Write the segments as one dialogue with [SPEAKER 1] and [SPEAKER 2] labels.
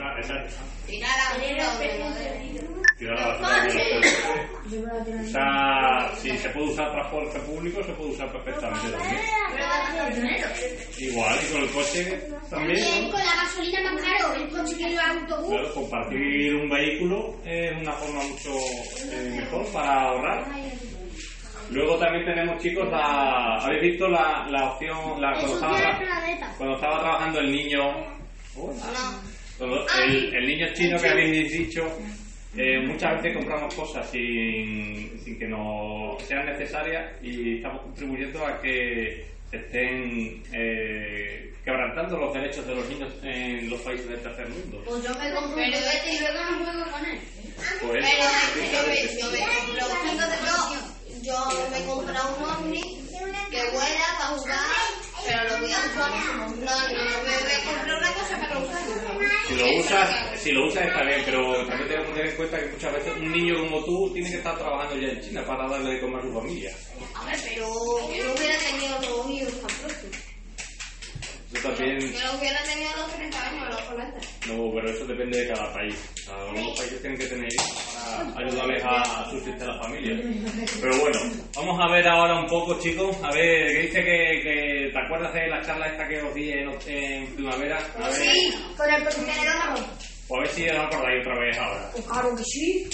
[SPEAKER 1] Ah, esa es.
[SPEAKER 2] Tirar a uno de los de-
[SPEAKER 1] Tirar la basura. Está, sí, se puede usar transporte público, se puede usar perfectamente también.
[SPEAKER 2] Pero de los camioneros.
[SPEAKER 1] Igual, y con el coche también.
[SPEAKER 3] También
[SPEAKER 1] ¿no?
[SPEAKER 3] con la gasolina más caro, el coche que el autobús.
[SPEAKER 1] Claro, compartir un vehículo es una forma mucho eh, mejor para ahorrar. Luego también tenemos, chicos, la, ¿habéis visto la, la opción? La, cuando, estaba,
[SPEAKER 3] Ensuciar el
[SPEAKER 1] tra-
[SPEAKER 3] planeta.
[SPEAKER 1] cuando estaba trabajando el niño,
[SPEAKER 2] No.
[SPEAKER 1] cuando-
[SPEAKER 2] Ah,
[SPEAKER 1] el, el niño chino que habéis dicho, eh, muchas veces compramos cosas sin, sin que nos sean necesarias y estamos contribuyendo a que se estén eh, quebrantando los derechos de los niños en los países del tercer mundo.
[SPEAKER 2] Pues yo me compro un juguete y luego no juego con él.
[SPEAKER 1] Pues,
[SPEAKER 2] Pero es que yo me, yo me compro un juguete, yo, yo me compré un ovni que vuela para jugar, pero lo voy a usar. No, no me voy a comprar una cosa para usarlo.
[SPEAKER 1] Si lo usas, si lo usas está bien, pero también tenemos que tener en cuenta que muchas veces un niño como tú tiene que estar trabajando ya en China para darle de comer a su familia.
[SPEAKER 2] Hombre, pero yo no hubiera tenido los hijos tampoco.
[SPEAKER 1] Eso
[SPEAKER 2] Yo
[SPEAKER 1] también,
[SPEAKER 2] no hubiera tenido los 30 años, los 40.
[SPEAKER 1] no, pero eso depende de cada país. O sea, algunos países tienen que tener para ayudarles a subsistir a la familia. Pero bueno, vamos a ver ahora un poco, chicos. A ver, que dice que, que te acuerdas de la charla esta que os di en, en primavera. A ver,
[SPEAKER 3] con el primero.
[SPEAKER 1] pues a ver si os acordáis otra vez ahora.
[SPEAKER 3] Claro que sí.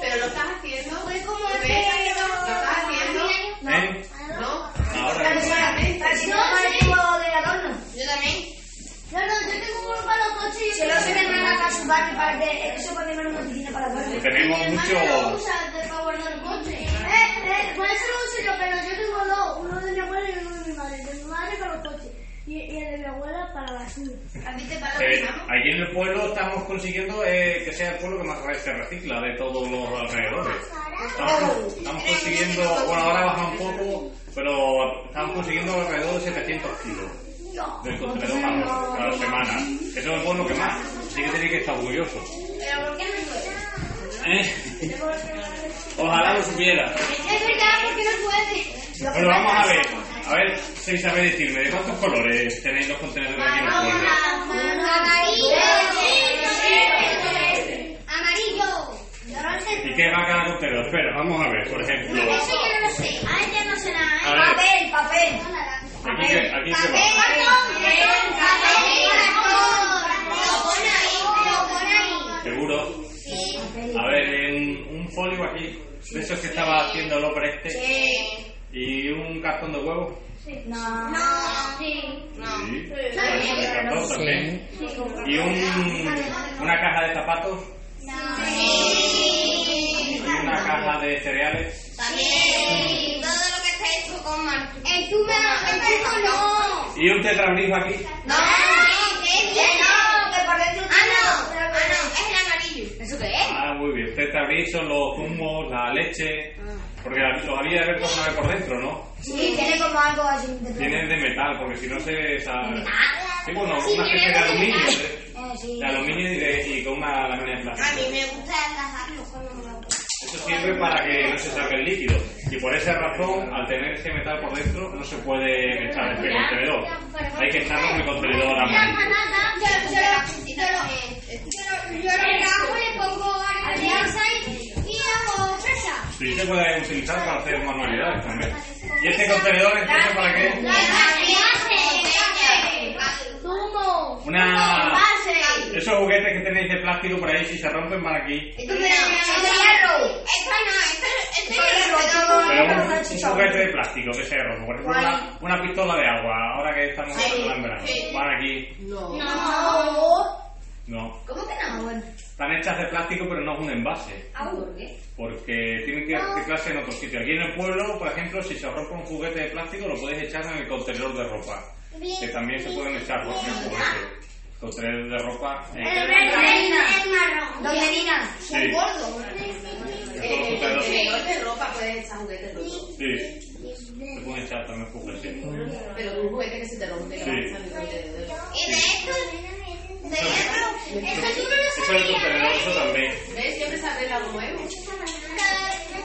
[SPEAKER 2] Pero lo estás haciendo.
[SPEAKER 3] Fue como
[SPEAKER 2] ¿Ves?
[SPEAKER 3] hace-
[SPEAKER 2] Lo estás haciendo.
[SPEAKER 1] ¿Eh?
[SPEAKER 2] No.
[SPEAKER 1] Ahora mismo.
[SPEAKER 3] Así no parece lo del adorno.
[SPEAKER 2] Yo también.
[SPEAKER 3] No, no, yo tengo uno para los coches y Solo se me manda para su barrio para que eso se pone en una oficina para los coches.
[SPEAKER 1] Tenemos mucho-
[SPEAKER 3] usa de favor del coche. Eh, eh, por eso lo uso yo, pero yo tengo dos, uno de mi abuela y uno de mi madre. El de mi madre para los coches y, y el de mi abuela para la basura.
[SPEAKER 2] A ti te pasa lo
[SPEAKER 1] Eh,
[SPEAKER 2] mismo.
[SPEAKER 1] aquí en el pueblo estamos consiguiendo eh, que sea el pueblo que más se recicla de todos los alrededores. Estamos, estamos consiguiendo, bueno, ahora baja un poco, pero estamos consiguiendo alrededor de 700 kilos del contenedor marrón cada semana. Eso es el pueblo que más, así que tenéis que estar orgullosos.
[SPEAKER 2] Pero ¿por qué no llueve?
[SPEAKER 1] ¿Eh? Ojalá lo supiera.
[SPEAKER 3] Es verdad, porque no puede.
[SPEAKER 1] Bueno, vamos a ver, a ver si sabéis decirme, ¿de cuántos colores tenéis los contenedores aquí en el pueblo?
[SPEAKER 3] Amarillo. Amarillo.
[SPEAKER 1] ¿Y qué va cada contenedor? Espera, vamos a ver, por ejemplo.
[SPEAKER 3] Ese yo no lo sé. Ah, ya no sé nada.
[SPEAKER 1] A ver.
[SPEAKER 3] Papel, papel.
[SPEAKER 1] Aquí se, aquí se
[SPEAKER 3] Papel,
[SPEAKER 1] va.
[SPEAKER 3] cartón. Cartón, cartón.
[SPEAKER 1] Seguro. A ver, en un folio aquí, de esos que estaba haciendo el ópera este,
[SPEAKER 2] Eh,
[SPEAKER 1] y un cartón de huevos.
[SPEAKER 3] No. Sí.
[SPEAKER 2] no.
[SPEAKER 1] Sí. Vale, un cartón también. Y un, una caja de zapatos. Y una caja de cereales.
[SPEAKER 2] También. Todo lo que está hecho con marco.
[SPEAKER 3] El tubo, el tubo no.
[SPEAKER 1] Y un tetrabrijo aquí.
[SPEAKER 2] No, no, que es no, que por dentro. Ah, no, ah, no, es el amarillo. ¿Eso qué es?
[SPEAKER 1] Ah, muy bien. Tetrabrijo son los zumos, la leche. Porque los había de ver cosa por dentro, ¿no?
[SPEAKER 3] Sí, tiene como algo así.
[SPEAKER 1] Tienen de metal, porque si no se. sa- Sí, bueno,
[SPEAKER 3] Sí,
[SPEAKER 1] una especie de
[SPEAKER 3] tiene de
[SPEAKER 1] aluminio.
[SPEAKER 3] metal.
[SPEAKER 1] ¿eh?
[SPEAKER 3] Eh, sí.
[SPEAKER 1] De aluminio y, de- y con una lámina de plástico.
[SPEAKER 2] A mí me gusta atajarlo cuando me lo
[SPEAKER 1] Eso sirve para que no se saque el líquido. Y por esa razón, al tener ese metal por dentro, no se puede echar en el contenedor. Hay que echarlo en el contenedor a
[SPEAKER 3] La
[SPEAKER 1] mano.
[SPEAKER 3] banana, yo, yo, yo, yo, yo lo rajo, le pongo alianza y la hago fresa.
[SPEAKER 1] Y se puede utilizar para hacer manualidades también. ¿Y este contenedor entonces para qué?
[SPEAKER 3] Zumo.
[SPEAKER 1] Una...
[SPEAKER 3] Base.
[SPEAKER 1] Esos juguetes que tenéis de plástico por ahí, si se rompen, van aquí.
[SPEAKER 2] Esto no, esto no, esto, esto no,
[SPEAKER 1] Pero un, un juguete de plástico que se rompe. Por ejemplo, una, una pistola de agua, ahora que estamos hablando en verano. Van aquí.
[SPEAKER 3] No.
[SPEAKER 1] No.
[SPEAKER 2] ¿Cómo que no?
[SPEAKER 1] Están hechas de plástico, pero no es un envase. porque tienen que reciclarse en otro sitio. Aquí en el pueblo, por ejemplo, si se rompe un juguete de plástico, lo puedes echar en el contenedor de ropa, que también se pueden echar los juguetes. Contenedor de ropa.
[SPEAKER 3] El
[SPEAKER 1] eh,
[SPEAKER 3] verde. El marrón. Donde diga.
[SPEAKER 1] sí,
[SPEAKER 2] gordo.
[SPEAKER 1] Eh,
[SPEAKER 2] contenedor de ropa puedes echar juguetes rotos.
[SPEAKER 1] sí. Se pueden echar también juguetes.
[SPEAKER 2] Pero un juguete que se te rompe
[SPEAKER 1] Sí.
[SPEAKER 3] Y de esto. De esto. Esto tú no
[SPEAKER 1] Eso
[SPEAKER 3] lo
[SPEAKER 1] es el
[SPEAKER 3] sabías,
[SPEAKER 1] contenedor, eso
[SPEAKER 3] ¿eh?
[SPEAKER 1] también.
[SPEAKER 2] ¿Ves? Siempre se arregla lo nuevo.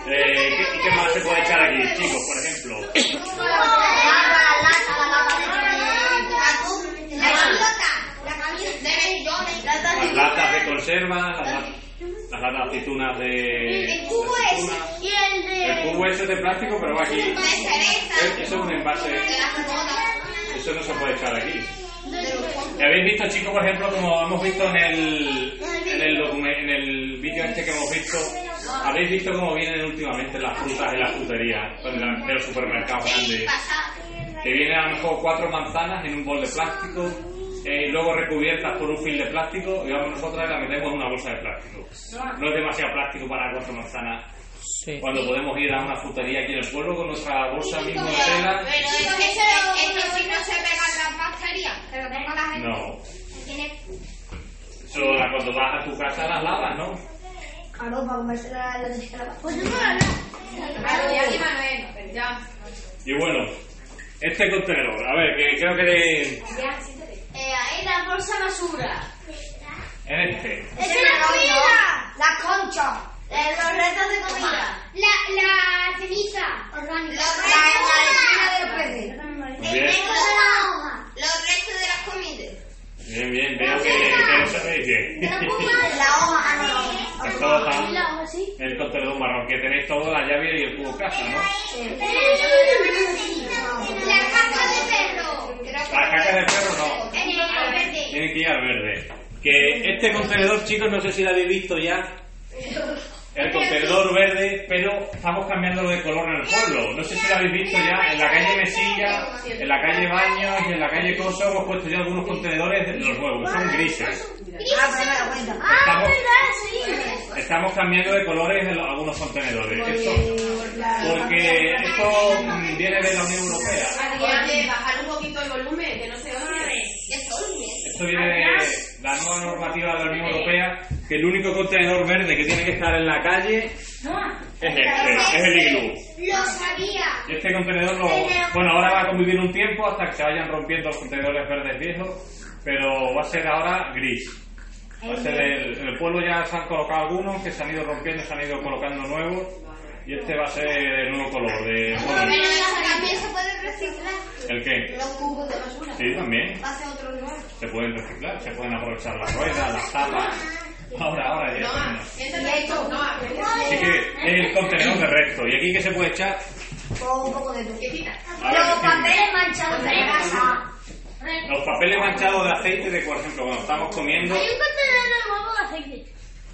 [SPEAKER 1] Eh, ¿qué, qué más se puede echar aquí, chicos? Por ejemplo,
[SPEAKER 3] Zumo. Lata, lata, la lata. La pelota. La camisa.
[SPEAKER 2] Debes yo, la
[SPEAKER 1] conservas, las, la- las latas de aceitunas de.
[SPEAKER 2] El cubo
[SPEAKER 1] de
[SPEAKER 2] ese.
[SPEAKER 1] aceituna.
[SPEAKER 3] Y el de...
[SPEAKER 1] El cubo ese es de plástico, pero va aquí.
[SPEAKER 2] De cereza.
[SPEAKER 1] Eh, Eso es un envase.
[SPEAKER 2] De las botas.
[SPEAKER 1] Eso no se puede echar aquí.
[SPEAKER 2] De los fondos.
[SPEAKER 1] ¿Y habéis visto, chicos, por ejemplo, como hemos visto en el, en el, documen- en el vídeo este que hemos visto, habéis visto cómo vienen últimamente las frutas en la frutería, en la- de los supermercados
[SPEAKER 2] Sí,
[SPEAKER 1] grandes?
[SPEAKER 2] pasar.
[SPEAKER 1] Te vienen a lo mejor cuatro manzanas en un bol de plástico, eh, luego recubiertas por un film de plástico, y vamos nosotras y la metemos en una bolsa de plástico. No es demasiado plástico para cuatro manzanas.
[SPEAKER 4] Sí.
[SPEAKER 1] Cuando podemos ir a una frutería aquí en el pueblo con nuestra bolsa mismo de
[SPEAKER 2] Pero,
[SPEAKER 1] tela.
[SPEAKER 2] pero es que, es que si no se pegan las mascarillas, que lo ponga la gente.
[SPEAKER 1] No. Solo la- cuando vas a tu casa las lavas, ¿no?
[SPEAKER 3] Claro, para comerse la la- Pues yo no la
[SPEAKER 5] Claro, ya ni Manuel, pero ya.
[SPEAKER 1] Y bueno, este contenedor, a ver, que creo que de-
[SPEAKER 2] Eh, ahí la bolsa basura.
[SPEAKER 1] en este.
[SPEAKER 2] ¡Esa es la comida! ¡La concha! los restos de comida. La, la ceniza. Orgánica. La, la,
[SPEAKER 1] Muy bien,
[SPEAKER 2] la Los restos de las comidas.
[SPEAKER 1] bien, bien, veo que, que lo sabéis bien.
[SPEAKER 2] La hoja, ah, no.
[SPEAKER 1] Esto baja
[SPEAKER 3] la hoja, sí.
[SPEAKER 1] el contenedor marrón, que tenéis todo, la llave y el cubo casa, ¿no?
[SPEAKER 2] La caca de perro.
[SPEAKER 1] La caca de perro no,
[SPEAKER 2] Eh,
[SPEAKER 1] tiene que ir al verde. Que este contenedor, chicos, no sé si lo habéis visto ya. El contenedor verde, pero estamos cambiándolo de color en el pueblo. No sé si lo habéis visto ya. En la calle Mesilla, en la calle Baños y en la calle Cosa hemos puesto ya algunos contenedores de los nuevos. Son grises.
[SPEAKER 3] Ah,
[SPEAKER 1] Estamos-
[SPEAKER 3] verdad, sí.
[SPEAKER 2] Ah,
[SPEAKER 1] Estamos cambiando de colores en lo- algunos contenedores. Esto- porque esto mm, viene de la Unión Europea.
[SPEAKER 5] Adrián, bajar un poquito el volumen, que no se oye.
[SPEAKER 1] Esto viene de la nueva normativa de la Unión Europea, que el único contenedor verde que tiene que estar en la calle es este, es el iglú.
[SPEAKER 2] Lo sabía.
[SPEAKER 1] Y este contenedor lo... Bueno, ahora va a convivir un tiempo hasta que se vayan rompiendo los contenedores verdes viejos, pero va a ser ahora gris. Va a ser el, en el pueblo ya se han colocado algunos que se han ido rompiendo, se han ido colocando nuevos, y este va a ser el nuevo color de...
[SPEAKER 2] Pero
[SPEAKER 1] Bueno,
[SPEAKER 2] también se puede reciclar.
[SPEAKER 1] ¿el qué?
[SPEAKER 2] Los cubos de basura.
[SPEAKER 1] Sí, también.
[SPEAKER 2] Pase a otro lugar.
[SPEAKER 1] Se pueden reciclar, se pueden aprovechar las ruedas, las tapas. Ahora, ahora ya.
[SPEAKER 5] No, siéntate esto, no, aprende.
[SPEAKER 1] Así que es el contenedor de resto. ¿Y aquí qué se puede echar?
[SPEAKER 2] Con un poco de tu.
[SPEAKER 1] A ver, sí.
[SPEAKER 2] Los papeles manchados de casa.
[SPEAKER 1] Los papeles manchados de aceite de, por ejemplo, cuando estamos comiendo.
[SPEAKER 3] Hay un contenedor nuevo de aceite.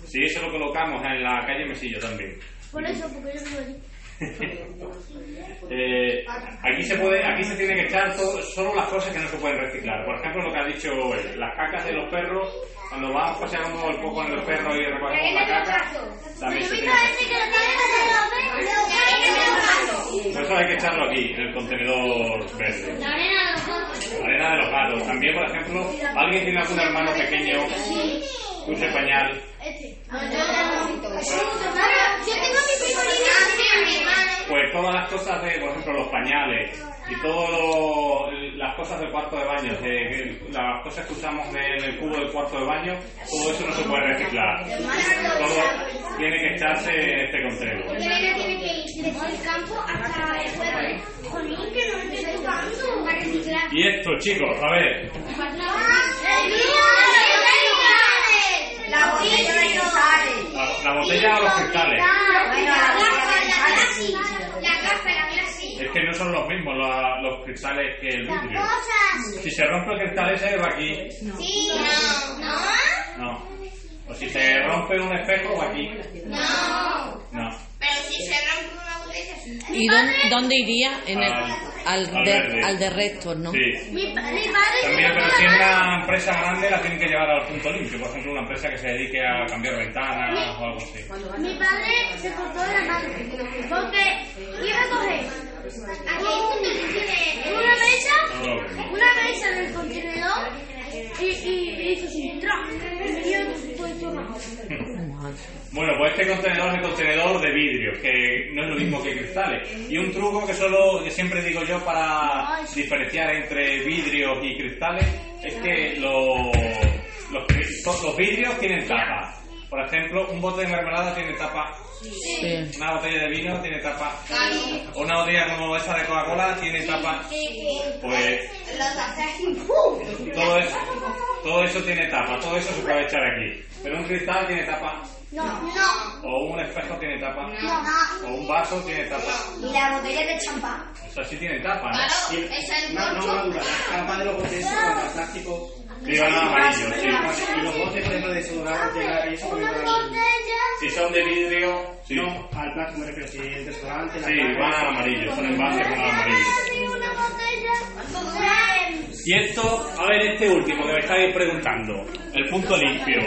[SPEAKER 1] Si eso lo colocamos en la calle Mesillo también.
[SPEAKER 3] Por eso, porque yo vivo allí.
[SPEAKER 1] Eh, aquí se puede, aquí se tiene que echar todo- solo las cosas que no se pueden reciclar. Por ejemplo, lo que ha dicho él, las cacas de los perros. Cuando vamos paseando el poco en los perros y recogemos la caca, también se tiene que
[SPEAKER 3] que lo tiene que
[SPEAKER 1] Por eso hay que echarlo aquí, en el contenedor verde.
[SPEAKER 3] La arena de los ojos.
[SPEAKER 1] Arena de los gatos. También, por ejemplo, alguien tiene algún hermano pequeño que use pañal.
[SPEAKER 3] Este.
[SPEAKER 2] No, yo no.
[SPEAKER 3] Yo tengo mi primo
[SPEAKER 1] Pues todas las cosas de, por ejemplo, los pañales y todas las cosas del cuarto de baño, de- de- las cosas que usamos de- en el cubo del cuarto de baño, todo eso no se puede reciclar. Todo tiene que echarse en este contenedor.
[SPEAKER 2] Elena tiene que ir desde el campo hasta el pueblo. Jolín, que no me estoy jugando. Para reciclar.
[SPEAKER 1] Y esto, chicos, a ver,
[SPEAKER 2] La botella de cristales.
[SPEAKER 1] la, la botella o los cristales.
[SPEAKER 2] Ah,
[SPEAKER 1] Es que no son los mismos la- los cristales que el vidrio. Si se rompe el cristal ese, va aquí. No. O si se rompe un espejo, va aquí. No.
[SPEAKER 4] ¿Y dónde, dónde iría? En el, al,
[SPEAKER 1] Ah, Al verde.
[SPEAKER 4] de, al de restos, ¿no?
[SPEAKER 1] Sí.
[SPEAKER 3] Mi, pa- mi padre
[SPEAKER 1] También,
[SPEAKER 3] se
[SPEAKER 1] pero
[SPEAKER 3] tomó
[SPEAKER 1] si es
[SPEAKER 3] la
[SPEAKER 1] una empresa grande, la tienen que llevar al punto limpio. Por ejemplo, una empresa que se dedique a cambiar ventanas o algo así.
[SPEAKER 3] mano- Mi padre se cortó la mano porque iba a coger este una mesa,
[SPEAKER 1] No lo veo.
[SPEAKER 3] una mesa en el contenedor y, y, y hizo sin tron. Y yo pues yo no.
[SPEAKER 4] Madre.
[SPEAKER 1] Bueno, pues este contenedor es el contenedor de vidrio, que no es lo mismo que cristales. Y un truco que solo que siempre digo yo para diferenciar entre vidrios y cristales es que lo- los, cri- todos los vidrios tienen tapa. Por ejemplo, un bote de mermelada tiene tapa,
[SPEAKER 4] Sí.
[SPEAKER 1] una botella de vino tiene tapa, una botella como esa de Coca-Cola tiene tapa. Pues todo eso. Todo eso tiene tapa, todo eso se puede echar aquí. Pero un cristal tiene tapa,
[SPEAKER 3] No, no,
[SPEAKER 1] o un espejo tiene tapa,
[SPEAKER 3] no.
[SPEAKER 1] o un vaso tiene tapa.
[SPEAKER 3] Y la botella de champán.
[SPEAKER 1] O sea, sí tiene tapa,
[SPEAKER 2] Claro,
[SPEAKER 1] ¿no?
[SPEAKER 2] es el
[SPEAKER 6] No, no,
[SPEAKER 2] corcho.
[SPEAKER 6] no, las capas de los botes son de plástico.
[SPEAKER 1] Sí, van amarillos, sí.
[SPEAKER 6] Y los botes, por ejemplo, de desodorante, la- eso por
[SPEAKER 3] Una
[SPEAKER 6] ejemplo, al-
[SPEAKER 3] botella.
[SPEAKER 1] Si son de vidrio, sí.
[SPEAKER 6] No, al plástico me refiero, si el desodorante, la
[SPEAKER 1] Sí, van al amarillo, son envases van al amarillo.
[SPEAKER 3] Sí, una botella. de-
[SPEAKER 1] Y esto, a ver, este último que me estáis preguntando, el punto limpio.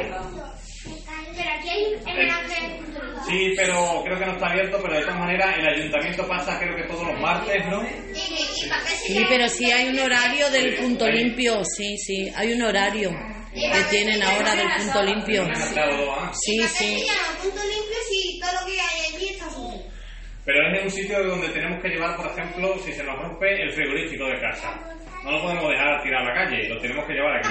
[SPEAKER 3] Pero aquí hay en el ángel.
[SPEAKER 1] Sí, pero creo que no está abierto, pero de todas maneras el ayuntamiento pasa creo que todos los martes, ¿no?
[SPEAKER 2] Y, y, y para qué
[SPEAKER 4] Sí, pero sí hay un horario del punto limpio, sí, sí, hay un horario que tienen ahora del punto limpio.
[SPEAKER 1] Han saltado, ah.
[SPEAKER 4] Sí, sí.
[SPEAKER 2] a punto limpio si todo lo que hay allí está sucio?
[SPEAKER 1] Pero es en un sitio donde tenemos que llevar, por ejemplo, si se nos rompe el frigorífico de casa. No lo podemos dejar tirado a la calle, lo tenemos que llevar aquí.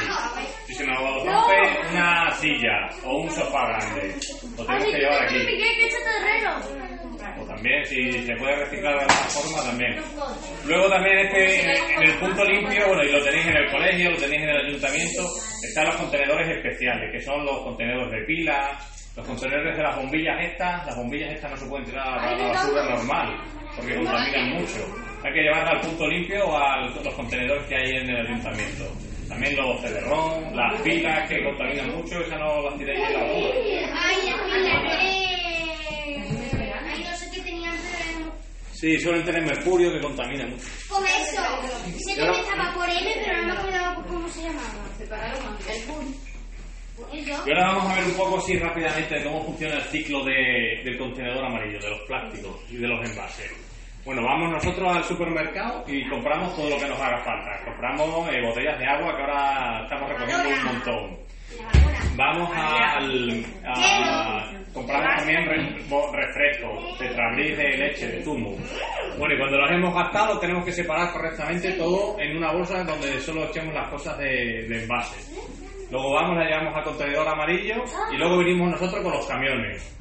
[SPEAKER 1] Si se nos rompe una silla o un sofá grande, lo tenemos que llevar
[SPEAKER 3] Oye,
[SPEAKER 1] aquí.
[SPEAKER 3] Miguel, que es terreno.
[SPEAKER 1] O también, si se puede reciclar de alguna forma, también. Luego también este, en el punto limpio, bueno, y lo tenéis en el colegio, lo tenéis en el ayuntamiento, están los contenedores especiales, que son los contenedores de pilas, los contenedores de las bombillas estas, las bombillas estas no se pueden tirar a la basura normal, porque contaminan mucho. Hay que llevarlas al punto limpio o a los contenedores que hay en el ayuntamiento. También los celerón, las pilas que contaminan mucho, esas no las tiréis en la basura.
[SPEAKER 3] Ay, espérate. Ay, no sé qué tenía terreno.
[SPEAKER 1] Sí, suelen tener mercurio que contamina mucho.
[SPEAKER 3] Con eso. Sé que
[SPEAKER 1] Yo no-
[SPEAKER 3] empezaba por M, pero no me acordaba por cómo se llamaba.
[SPEAKER 1] Y ahora vamos a ver un poco así rápidamente de cómo funciona el ciclo de- del contenedor amarillo, de los plásticos y de los envases. Bueno, vamos nosotros al supermercado y compramos todo lo que nos haga falta. Compramos eh, botellas de agua que ahora estamos recogiendo un montón. Vamos al, a compramos también re- bo- refrescos, tetrabris de leche, de zumo. Bueno, y cuando los hemos gastado tenemos que separar correctamente todo en una bolsa donde solo echemos las cosas de, de envase. Luego vamos, la llevamos al contenedor amarillo y luego venimos nosotros con los camiones.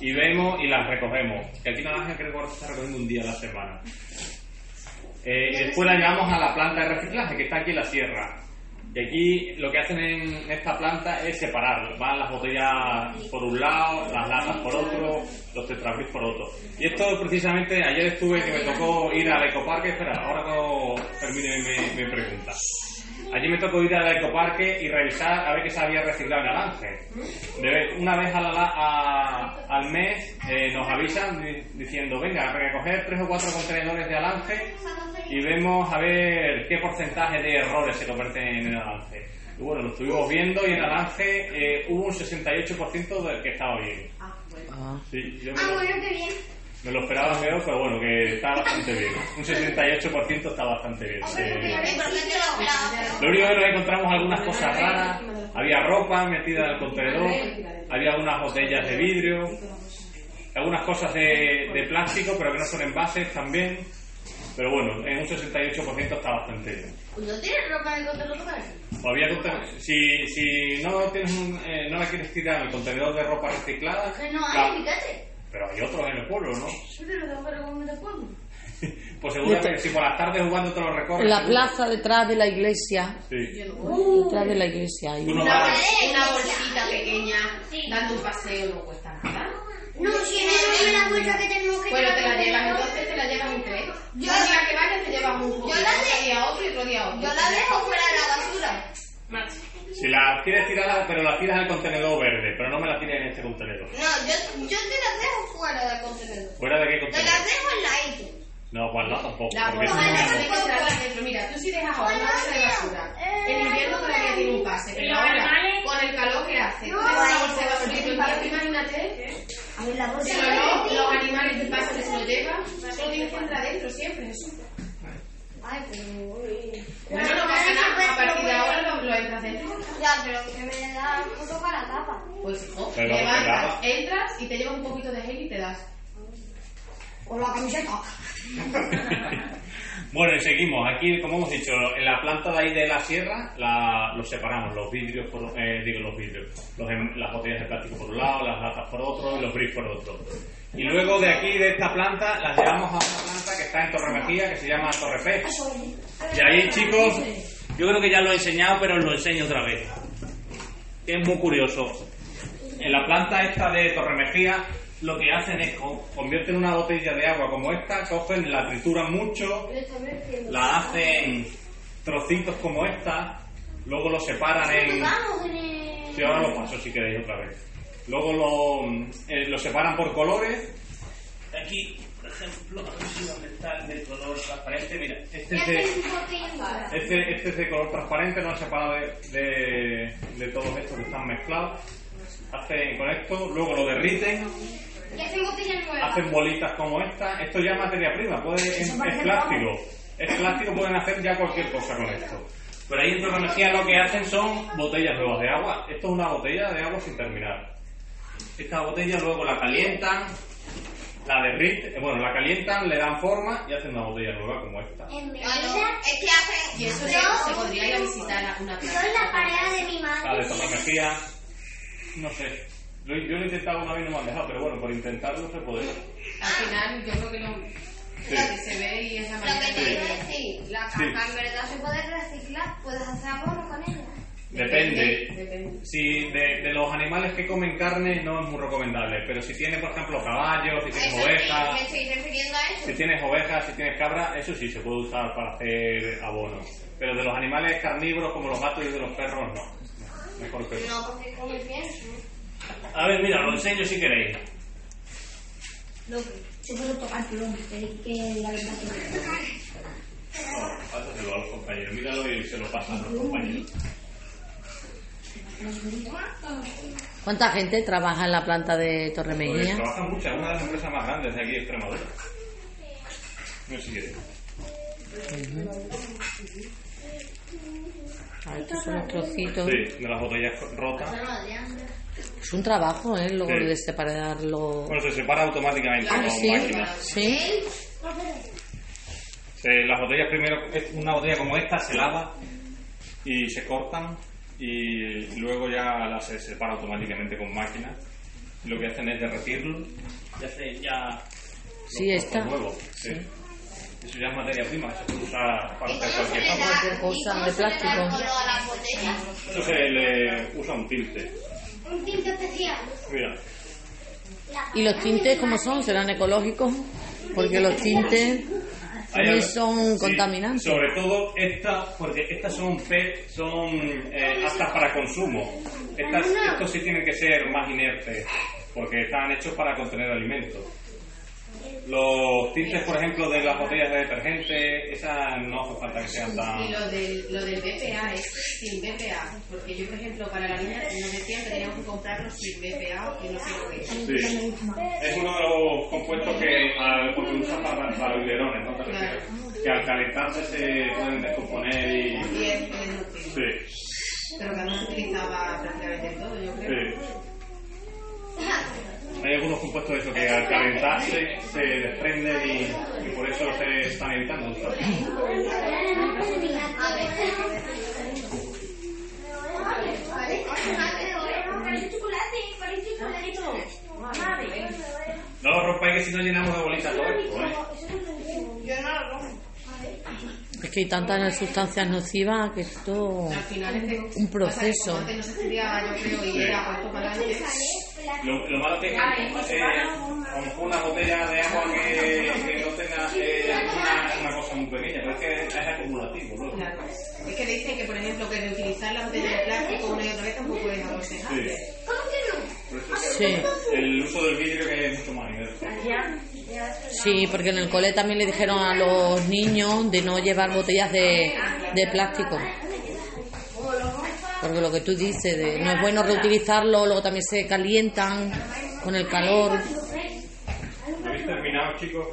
[SPEAKER 1] Y vemos y las recogemos. Que aquí nada más creo que ahora se está recogiendo un día a la semana. Eh, y después la llevamos a la planta de reciclaje que está aquí en la sierra. Y aquí lo que hacen en esta planta es separar. Van las botellas por un lado, las latas por otro, los tetrabris por otro. Y esto precisamente ayer estuve que me tocó ir al ecoparque. Espera, ahora no termine mi, mi pregunta. Allí me tocó ir al ecoparque y revisar a ver qué se había reciclado en Alange. De- Una vez a la- a- al mes eh, nos avisan di- diciendo, venga, a recoger tres o cuatro contenedores de Alange y vemos a ver qué porcentaje de errores se convierten en el avance. Y bueno, lo estuvimos viendo y en el avance eh, hubo un 68% del que estaba bien.
[SPEAKER 4] Ah,
[SPEAKER 1] Sí, yo me
[SPEAKER 3] Ah,
[SPEAKER 1] lo,
[SPEAKER 3] bueno, qué bien.
[SPEAKER 1] me lo esperaba peor, pero bueno, que está bastante bien. Un 68% está bastante bien. Eh,
[SPEAKER 2] ¿Por qué te lo esperabas?
[SPEAKER 1] lo único que nos encontramos algunas cosas raras. Había ropa metida en el contenedor, había algunas botellas de vidrio, algunas cosas de, de plástico, pero que no son envases también. Pero bueno, en un 68% está bastante bien.
[SPEAKER 5] ¿No tienes ropa en el contenedor?
[SPEAKER 1] O había conten- si, si no tienes un- eh, no la quieres tirar en el contenedor de ropa reciclada,
[SPEAKER 3] Pues
[SPEAKER 2] No
[SPEAKER 1] la-
[SPEAKER 2] hay, fíjate.
[SPEAKER 1] pero hay otros en el pueblo, ¿no?
[SPEAKER 5] pero pero ¿cómo me lo pongo?
[SPEAKER 1] Pues seguro que si por las tardes jugando te lo recorres.
[SPEAKER 4] La
[SPEAKER 1] seguro.
[SPEAKER 4] plaza detrás de la iglesia,
[SPEAKER 1] Sí.
[SPEAKER 4] detrás de la iglesia. hay
[SPEAKER 1] Tú
[SPEAKER 4] una-
[SPEAKER 1] no
[SPEAKER 5] Una,
[SPEAKER 1] vas.
[SPEAKER 5] bolsita- una bolsita pequeña dando un paseo no cuesta nada.
[SPEAKER 3] No, si no, no la bolsa que tenemos que
[SPEAKER 5] Bueno, te la
[SPEAKER 3] llevar.
[SPEAKER 5] llevas entonces, te la llevas en tres.
[SPEAKER 2] Yo-
[SPEAKER 5] Yo el día que vayas te llevas un poquito,
[SPEAKER 2] la
[SPEAKER 5] otro
[SPEAKER 2] de-
[SPEAKER 5] día otro y otro día otro.
[SPEAKER 2] Yo la dejo fuera de la basura.
[SPEAKER 5] Macho.
[SPEAKER 1] Si la quieres tirar, pero la tiras al contenedor verde, pero no me la tires en este contenedor.
[SPEAKER 2] No, yo, yo te las dejo fuera del contenedor.
[SPEAKER 1] ¿Fuera de qué
[SPEAKER 2] Te
[SPEAKER 1] contenedor?
[SPEAKER 2] las dejo en la isla.
[SPEAKER 1] No, pues no tampoco.
[SPEAKER 5] La
[SPEAKER 1] porque
[SPEAKER 5] bolsa
[SPEAKER 1] eso no-
[SPEAKER 5] tiene que estar adentro. Mira, tú si dejas ahora una bolsa de basura. En invierno todavía tiene un pase. Pero ahora, con el calor que hace, tú dejas una bolsa de basura y tú empiezas, imagínate.
[SPEAKER 3] A ver, la bolsa.
[SPEAKER 5] Si no, no, los animales del paso que se lo llevan, solo tienes que entrar adentro siempre, Jesús.
[SPEAKER 2] Ay, pues...
[SPEAKER 5] Bueno, no pasa nada. A partir de ahora lo, lo entras dentro.
[SPEAKER 2] Ya, pero que me da un poco la tapa.
[SPEAKER 5] Pues hijo,
[SPEAKER 1] Pero te
[SPEAKER 5] levantas,
[SPEAKER 1] lava.
[SPEAKER 5] entras y te llevas un poquito de gel y te das.
[SPEAKER 2] O la camiseta.
[SPEAKER 1] Bueno, y seguimos. Aquí, como hemos dicho, en la planta de ahí de la sierra la- los separamos, los vidrios, por, eh, digo los vidrios, los em- las botellas de plástico por un lado, las latas por otro y los bris por otro. Y luego de aquí, de esta planta, las llevamos a una planta que está en Torremejía, que se llama Torrepez. Y ahí, chicos, Yo creo que ya lo he enseñado, pero os lo enseño otra vez. Que es muy curioso. En la planta esta de Torremejía, lo que hacen es co- convierten una botella de agua como esta, cogen, la trituran mucho, la hacen trocitos como esta, luego lo separan
[SPEAKER 3] Pues
[SPEAKER 1] en. Sí, ahora lo paso si queréis otra vez. Luego lo, eh, lo separan por colores. Aquí, por ejemplo, a ver si dónde está el de color transparente. Mira, este es de, este, este es de color transparente, no se separa de, de, de todos estos que están mezclados. Hacen con esto, luego lo derriten, hacen bolitas como esta. Esto ya es materia prima, puede, es, es plástico. Es plástico, pueden hacer ya cualquier cosa con esto. Pero ahí en Torremejía lo que hacen son botellas nuevas de agua. Esto es una botella de agua sin terminar. Esta botella luego la calientan, la derriten, eh, bueno, la calientan, le dan forma y hacen una botella nueva como esta.
[SPEAKER 3] Eh,
[SPEAKER 2] Bueno, es que hacen.
[SPEAKER 5] Y eso se, se podría ir a visitar a una planta.
[SPEAKER 3] Soy la pareja de mi
[SPEAKER 1] La de
[SPEAKER 3] madre.
[SPEAKER 1] Torremejía, no sé. Yo, yo lo he intentado una vez y no me han dejado, pero bueno, por intentarlo se podría.
[SPEAKER 5] Al final, yo creo que lo, lo que se ve y es la
[SPEAKER 2] Lo que
[SPEAKER 5] manera
[SPEAKER 2] te
[SPEAKER 5] de
[SPEAKER 2] iba a decir, la
[SPEAKER 1] Sí.
[SPEAKER 2] caja en verdad se puede reciclar, puedes hacer abono con ella.
[SPEAKER 1] Depende.
[SPEAKER 5] Depende.
[SPEAKER 1] Si de, de los animales que comen carne no es muy recomendable, pero si tienes, por ejemplo, caballos, si tienes
[SPEAKER 2] Eso sí, me
[SPEAKER 1] ovejas,
[SPEAKER 2] estoy refiriendo a eso.
[SPEAKER 1] si tienes ovejas, si tienes cabras, eso sí se puede usar para hacer abono. Pero de los animales carnívoros como los gatos y de los perros, no. Mejor que no.
[SPEAKER 2] No, porque come pienso.
[SPEAKER 1] A ver, mira, lo enseño si queréis.
[SPEAKER 7] Yo puedo tocar plomo, pero es que la verdad que no.
[SPEAKER 1] No, pásaselo a los compañeros, míralo y se lo pasan a los compañeros.
[SPEAKER 4] ¿Cuánta gente trabaja en la planta de
[SPEAKER 1] Pues
[SPEAKER 4] Torremejía?
[SPEAKER 1] trabaja mucho, es una de las empresas más grandes de aquí de Extremadura. No sé si quieres.
[SPEAKER 4] A ver, Ah, estos son los trocitos.
[SPEAKER 1] Sí, de las botellas rotas.
[SPEAKER 4] Es un trabajo, ¿eh? Luego
[SPEAKER 1] Sí.
[SPEAKER 4] de separarlo.
[SPEAKER 1] Bueno, se separa automáticamente
[SPEAKER 5] Ah,
[SPEAKER 1] con
[SPEAKER 4] sí.
[SPEAKER 1] máquina.
[SPEAKER 4] Sí.
[SPEAKER 1] Se- las botellas primero, es- una botella como esta se lava y se cortan y luego ya la se separa automáticamente con máquina. Lo que hacen es derretirlo y hacen ya los
[SPEAKER 4] Sí,
[SPEAKER 1] costos
[SPEAKER 4] esta.
[SPEAKER 1] nuevos, sí. Eso ya es materia prima, se puede usar para
[SPEAKER 2] ¿Y
[SPEAKER 1] hacer
[SPEAKER 2] cómo se
[SPEAKER 1] cualquier
[SPEAKER 2] le
[SPEAKER 1] cosa.
[SPEAKER 2] da,
[SPEAKER 4] cualquier
[SPEAKER 2] y
[SPEAKER 4] cosa
[SPEAKER 2] cómo
[SPEAKER 4] de
[SPEAKER 2] se le da el
[SPEAKER 4] plástico.
[SPEAKER 2] color a las botellas?
[SPEAKER 1] Esto se le usa un tinte.
[SPEAKER 3] Un tinte especial.
[SPEAKER 1] Mira,
[SPEAKER 4] ¿Y los tintes cómo son? ¿Serán ecológicos? Porque los tintes
[SPEAKER 1] Hay
[SPEAKER 4] no
[SPEAKER 1] algo-
[SPEAKER 4] son
[SPEAKER 1] sí,
[SPEAKER 4] contaminantes.
[SPEAKER 1] Sobre todo estas, porque estas son PET, son eh, aptas para consumo. Estas, estos sí tienen que ser más inertes, porque están hechos para contener alimentos. Los tintes, por ejemplo, de las botellas de detergente, esas no hace falta que sean
[SPEAKER 5] Y
[SPEAKER 1] tan...
[SPEAKER 5] lo del, lo del BPA es sin BPA, porque yo, por ejemplo, para la niña nos decían que teníamos que comprarlo sin BPA y no sé lo que es.
[SPEAKER 1] Sí. Es uno de los compuestos que al, porque usan para, para biberones, ¿no? Te refieres. Que al calentarse se pueden descomponer y...
[SPEAKER 5] Y es, es lo que-
[SPEAKER 1] Sí.
[SPEAKER 5] Pero que no se utilizaba prácticamente en todo, yo creo.
[SPEAKER 1] Sí. Hay algunos compuestos de eso que al calentarse se desprenden y, y por eso se están evitando. ¿sabes? No lo rompáis que si no llenamos de bolitas todo esto. ¿eh?
[SPEAKER 4] Es que hay tantas sustancias nocivas que esto...
[SPEAKER 5] Al final es
[SPEAKER 4] Un proceso.
[SPEAKER 5] antes no se estudiaba, yo creo, y era puesto para adelante.
[SPEAKER 1] Lo, lo malo que es que eh, a lo mejor una botella de agua que, que no tenga eh, una, una cosa muy pequeña, pero es que es acumulativo. ¿no?
[SPEAKER 5] Claro. Es que dicen que, por ejemplo, que reutilizar la botella de plástico una y otra vez tampoco es aconsejable.
[SPEAKER 1] Sí. Por eso es
[SPEAKER 4] Sí.
[SPEAKER 1] que el uso del vidrio que es mucho más inerte.
[SPEAKER 4] Sí, porque en el cole también le dijeron a los niños de no llevar botellas de, de plástico. Porque lo que tú dices, de, no es bueno reutilizarlo, luego también se calientan con el calor.
[SPEAKER 1] ¿Lo habéis terminado, chicos?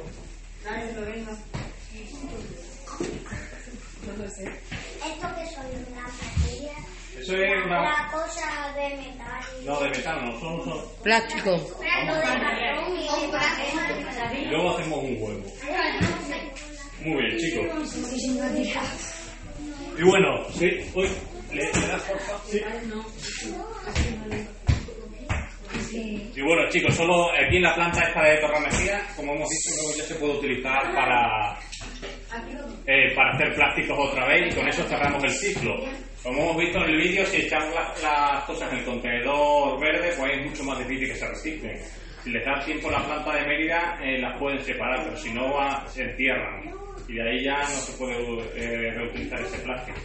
[SPEAKER 3] Esto que son una pastilla.
[SPEAKER 1] Eso es una...
[SPEAKER 3] La cosa de metal.
[SPEAKER 1] No, de metano, son... son...
[SPEAKER 4] Plástico.
[SPEAKER 3] Lo de cartón y de
[SPEAKER 1] Y luego hacemos un huevo. Muy bien, chicos. Y bueno, sí, uy, ¿le, le das porfa? Sí. Y bueno, chicos, solo aquí en la planta esta de Torremejía, como hemos dicho, luego ya se puede utilizar para eh, para hacer plásticos otra vez y con eso cerramos el ciclo. Como hemos visto en el vídeo, si echamos las, las cosas en el contenedor verde, pues es mucho más difícil que se reciclen. Si les das tiempo a la planta de Mérida, eh, las pueden separar, pero si no, va- se entierran. Y de ahí ya no se puede eh, reutilizar ese plástico.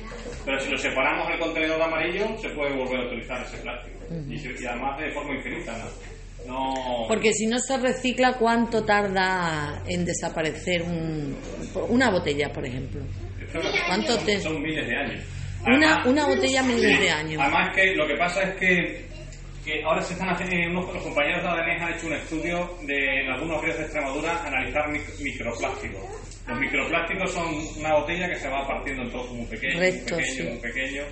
[SPEAKER 1] Pero si lo separamos en el contenedor amarillo, se puede volver a utilizar ese plástico. Y se- y, además de forma infinita, ¿no? No-
[SPEAKER 4] Porque si no se recicla, ¿cuánto tarda en desaparecer un- una botella, por ejemplo? ¿Cuánto
[SPEAKER 1] son,
[SPEAKER 4] te-
[SPEAKER 1] son miles de años.
[SPEAKER 4] Una,
[SPEAKER 1] Además-
[SPEAKER 4] una botella miles
[SPEAKER 1] Sí.
[SPEAKER 4] de años.
[SPEAKER 1] Además que lo que pasa es que, que ahora se están haciendo, eh, unos- los compañeros de ADN han hecho un estudio de en algunos ríos de Extremadura analizar mic- microplásticos. Los microplásticos son una botella que se va partiendo en trozos muy pequeños,
[SPEAKER 4] Rectos,
[SPEAKER 1] muy pequeños,
[SPEAKER 4] sí.
[SPEAKER 1] muy pequeños,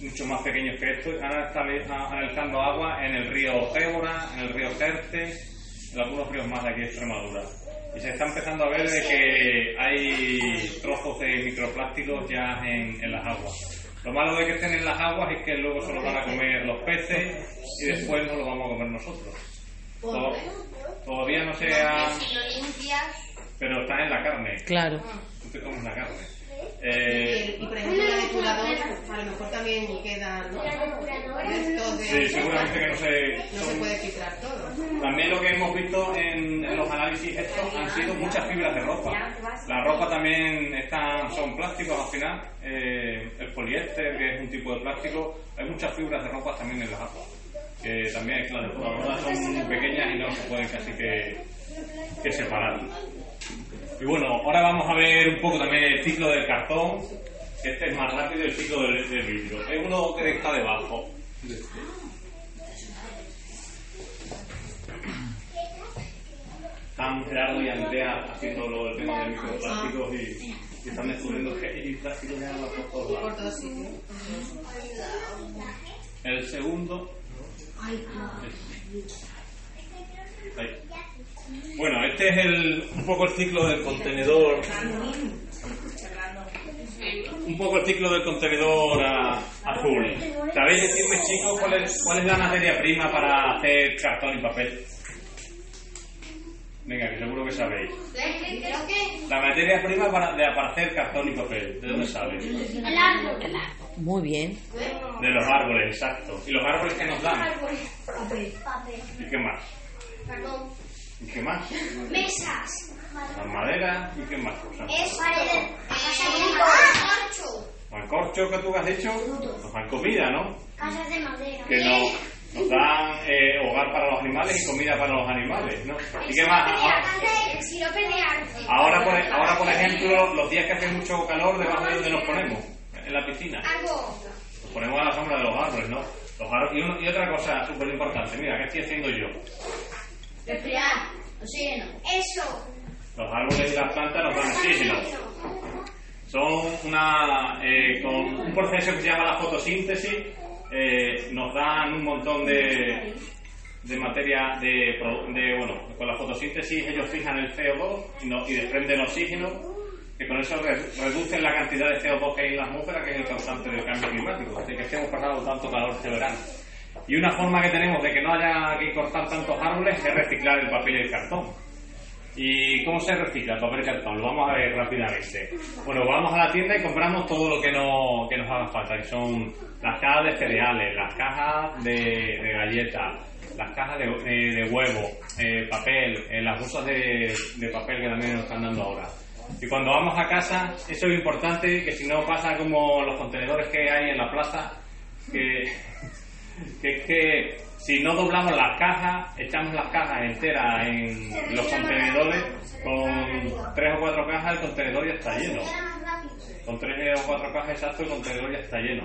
[SPEAKER 1] mucho más pequeños que esto. Ahora están a- analizando agua en el río Gébora, en el río Certe, en algunos ríos más de aquí de Extremadura. Y se está empezando a ver de que hay trozos de microplásticos ya en, en las aguas. Lo malo de que estén en las aguas es que luego se los van a comer los peces y después no los vamos a comer nosotros. To- Todavía no se ha...
[SPEAKER 2] Porque si lo limpias,
[SPEAKER 1] Pero está en la carne.
[SPEAKER 4] Claro.
[SPEAKER 1] Tú te comes la carne.
[SPEAKER 5] Y,
[SPEAKER 1] Eh,
[SPEAKER 5] y, por ejemplo, la depuradora, pues, a lo mejor también quedan restos de.
[SPEAKER 1] sí, seguramente que no se...
[SPEAKER 5] No se
[SPEAKER 1] son-
[SPEAKER 5] puede filtrar todo.
[SPEAKER 1] También lo que hemos visto en, en los análisis estos han sido muchas fibras de ropa. La ropa también está, son plásticos al final. eh, el poliéster, que es un tipo de plástico, hay muchas fibras de ropa también en las aguas. Que también, claro, las ropas son pequeñas y no se pueden casi que, que separar. Y bueno, ahora vamos a ver un poco también el ciclo del cartón. que Este es más rápido el ciclo del, del vidrio. Es uno que está debajo. Están Gerardo y Andrea haciendo lo del tema de microplásticos y, y están descubriendo que hay plásticos ya por todos lados.
[SPEAKER 5] Por todos sitios.
[SPEAKER 1] El segundo. Ahí. Bueno, este es el, un poco el ciclo del contenedor. Un poco el ciclo del contenedor a- azul. ¿Sabéis decirme, chicos, cuál es, cuál es la materia prima para hacer cartón y papel? Venga, que seguro que sabéis.
[SPEAKER 2] creo que
[SPEAKER 1] La materia prima para, de, para hacer cartón y papel. ¿De dónde sale?
[SPEAKER 3] El árbol.
[SPEAKER 4] Muy bien.
[SPEAKER 1] De los árboles, exacto. ¿Y los árboles que nos dan?
[SPEAKER 3] Papel.
[SPEAKER 1] ¿Y qué más?
[SPEAKER 2] Perdón.
[SPEAKER 1] ¿Y qué más?
[SPEAKER 3] Mesas.
[SPEAKER 1] La madera y qué más cosas.
[SPEAKER 2] Es el corcho.
[SPEAKER 1] O el corcho que tú has hecho, nos dan comida, ¿no?
[SPEAKER 3] Casas de madera.
[SPEAKER 1] Que no, nos dan eh, hogar para los animales y comida para los animales, ¿no? ¿Y qué más? Ahora-
[SPEAKER 3] Sirope Ah. de arte.
[SPEAKER 1] Ahora por, ahora, por ejemplo, los días que hace mucho calor, debajo de donde nos ponemos, en la piscina.
[SPEAKER 2] Algo.
[SPEAKER 1] Nos ponemos a la sombra de los árboles, ¿no? Los árboles, y, uno- y otra cosa súper importante, mira, ¿qué estoy haciendo yo?
[SPEAKER 2] Respirar. Oxígeno. Eso.
[SPEAKER 1] Los árboles y las plantas nos dan oxígeno. Son una, eh, con un proceso que se llama la fotosíntesis, eh, nos dan un montón de, de materia, de, pro- de, bueno, con la fotosíntesis ellos fijan el CO2 y, no- y desprenden oxígeno, que con eso re- reducen la cantidad de CO2 que hay en la atmósfera, que es el causante del cambio climático, de que estemos pasando tanto calor este verano. Y una forma que tenemos de que no haya que cortar tantos árboles es reciclar el papel y el cartón. ¿Y cómo se recicla el papel y cartón? Lo vamos a ver rápidamente. Bueno, vamos a la tienda y compramos todo lo que, no, que nos haga falta, que son las cajas de cereales, las cajas de, de galletas, las cajas de, eh, de huevo, eh, papel, eh, las bolsas de, de papel que también nos están dando ahora. Y cuando vamos a casa, eso es importante, que si no pasa como los contenedores que hay en la plaza, que que es que si no doblamos las cajas, echamos las cajas enteras en los contenedores, con tres o cuatro cajas el contenedor ya está lleno. Con tres o cuatro cajas exacto el contenedor ya está lleno.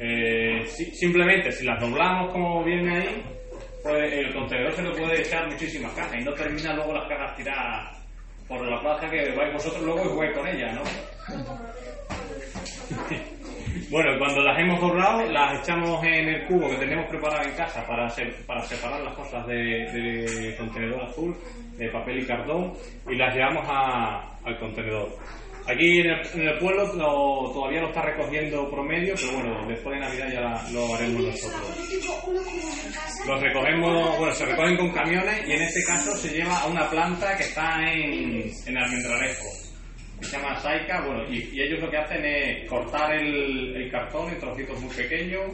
[SPEAKER 1] Eh, si- simplemente si las doblamos como viene ahí, pues el contenedor se le puede echar muchísimas cajas y no termina luego las cajas tiradas por la plaza que vais vosotros luego y jugáis con ellas, ¿no? Bueno, cuando las hemos doblado, las echamos en el cubo que tenemos preparado en casa para, se- para separar las cosas de, de contenedor azul, de papel y cartón, y las llevamos a- al contenedor. Aquí en el, en el pueblo lo- todavía lo está recogiendo promedio, pero bueno, después de Navidad ya la- lo haremos nosotros. Los recogemos, bueno, se recogen con camiones y en este caso se lleva a una planta que está en, en Almendralejo. que se llama Saika, bueno, y, y ellos lo que hacen es cortar el, el cartón en trocitos muy pequeños,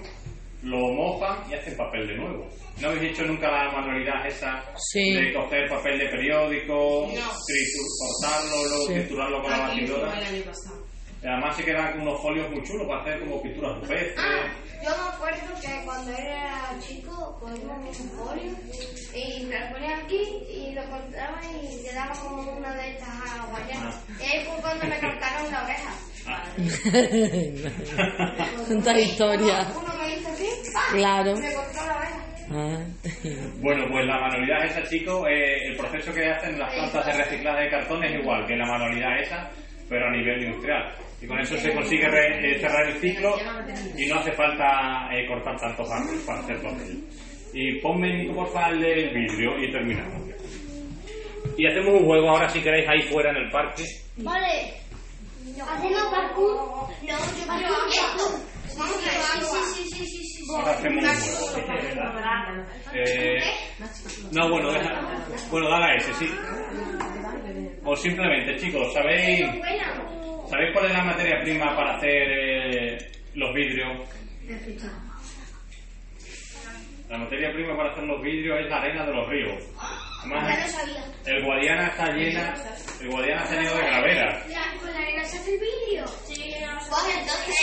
[SPEAKER 1] lo mojan y hacen papel de nuevo. ¿No habéis hecho nunca la manualidad esa
[SPEAKER 4] Sí.
[SPEAKER 1] de coger papel de periódico,
[SPEAKER 5] No.
[SPEAKER 1] tritur- cortarlo, luego
[SPEAKER 4] Sí.
[SPEAKER 1] triturarlo con la
[SPEAKER 5] Aquí eh. lo tuve
[SPEAKER 1] batidora?
[SPEAKER 5] el año pasado.
[SPEAKER 1] Y además se quedan unos folios muy chulos para hacer como pinturas rupestres.
[SPEAKER 2] Ah, yo me acuerdo que cuando era chico cogíamos un folio y me lo ponía aquí y lo cortaba y le daba como una de estas guayas. Y ahí fue cuando me cortaron la oreja.
[SPEAKER 4] Tanta historia.
[SPEAKER 2] Uno me hizo así, ¡pam!
[SPEAKER 4] Claro.
[SPEAKER 2] Me cortó la oreja.
[SPEAKER 4] Ah.
[SPEAKER 1] Bueno, pues la manualidad esa, chicos, eh, el proceso que hacen las plantas de reciclaje de cartón es igual que la manualidad esa, pero a nivel industrial. Y con eso se consigue re- eh, cerrar el ciclo y no hace falta eh, cortar tantos árboles para hacer papel. Y ponme, Nico, por favor, el del vidrio y terminamos. Y hacemos un juego ahora, si queréis, ahí fuera en el parque.
[SPEAKER 3] Vale. Hacemos parkour.
[SPEAKER 2] No, yo quiero esto. Vamos a ver, sí, sí, sí, sí, sí, sí.
[SPEAKER 1] Ahora hacemos un juego. Eh, no, bueno, deja, bueno, dale a ese, sí. O simplemente, chicos, ¿sabéis, ¿sabéis cuál es la materia prima para hacer eh, los vidrios? La materia prima para hacer los vidrios es la arena de los ríos.
[SPEAKER 2] Ya lo
[SPEAKER 1] Además,
[SPEAKER 2] sabía.
[SPEAKER 1] el Guadiana está llena, el Guadiana está lleno de graveras.
[SPEAKER 3] ¿Con la arena se hace el vídeo? Sí.
[SPEAKER 2] Pues entonces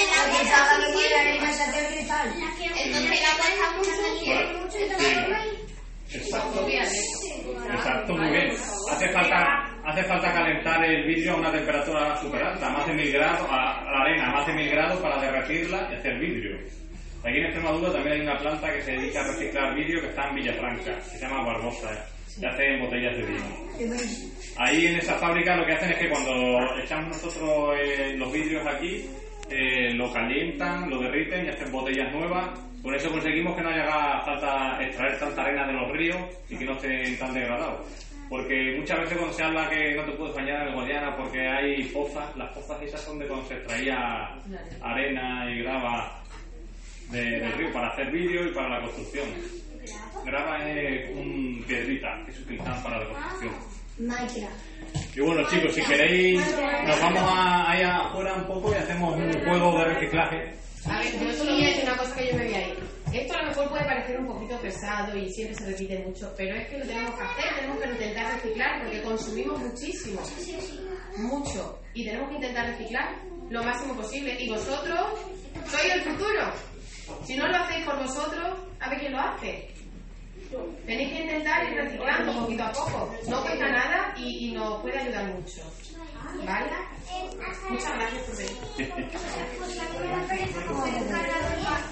[SPEAKER 2] la
[SPEAKER 7] Oye,
[SPEAKER 2] cosa
[SPEAKER 7] sábado que la arena se hace cristal.
[SPEAKER 2] Entonces la cosa mucho.
[SPEAKER 1] Bueno, sí. Exacto. Exacto, muy bien. Hace falta, hace falta calentar el vidrio a una temperatura super alta, más de 1000 grados, a a la arena, más de 1000 grados para derretirla y hacer vidrio. Aquí en Extremadura también hay una planta que se dedica a reciclar vidrio que está en Villafranca, que se llama Barbosa, eh, que hace botellas de vino. Ahí en esa fábrica lo que hacen es que cuando echamos nosotros eh, los vidrios aquí, eh, lo calientan, lo derriten y hacen botellas nuevas. Por eso conseguimos que no haga falta extraer tanta arena de los ríos y que no estén tan degradados. Porque muchas veces cuando se habla que no te puedes bañar en el Guadiana porque hay pozas, las pozas esas son de cuando se extraía arena y grava de, del río para hacer vídeo y para la construcción. Grava es un piedrita que se utilizan para la construcción.
[SPEAKER 7] Minecraft.
[SPEAKER 1] Y bueno, chicos, si queréis, nos vamos a, ahí afuera un poco y hacemos un juego de reciclaje.
[SPEAKER 5] A ver, yo solo voy a decir una cosa que yo me voy a ir. Esto a lo mejor puede parecer un poquito pesado y siempre se repite mucho, pero es que lo tenemos que hacer, tenemos que intentar reciclar porque consumimos muchísimo, mucho, y tenemos que intentar reciclar lo máximo posible. Y vosotros sois el futuro. Si no lo hacéis por vosotros, a ver quién lo hace. Tenéis que intentar ir reciclando poquito a poco. No cuesta nada y, y nos puede ayudar mucho. ¿Vale? Muchas gracias por venir.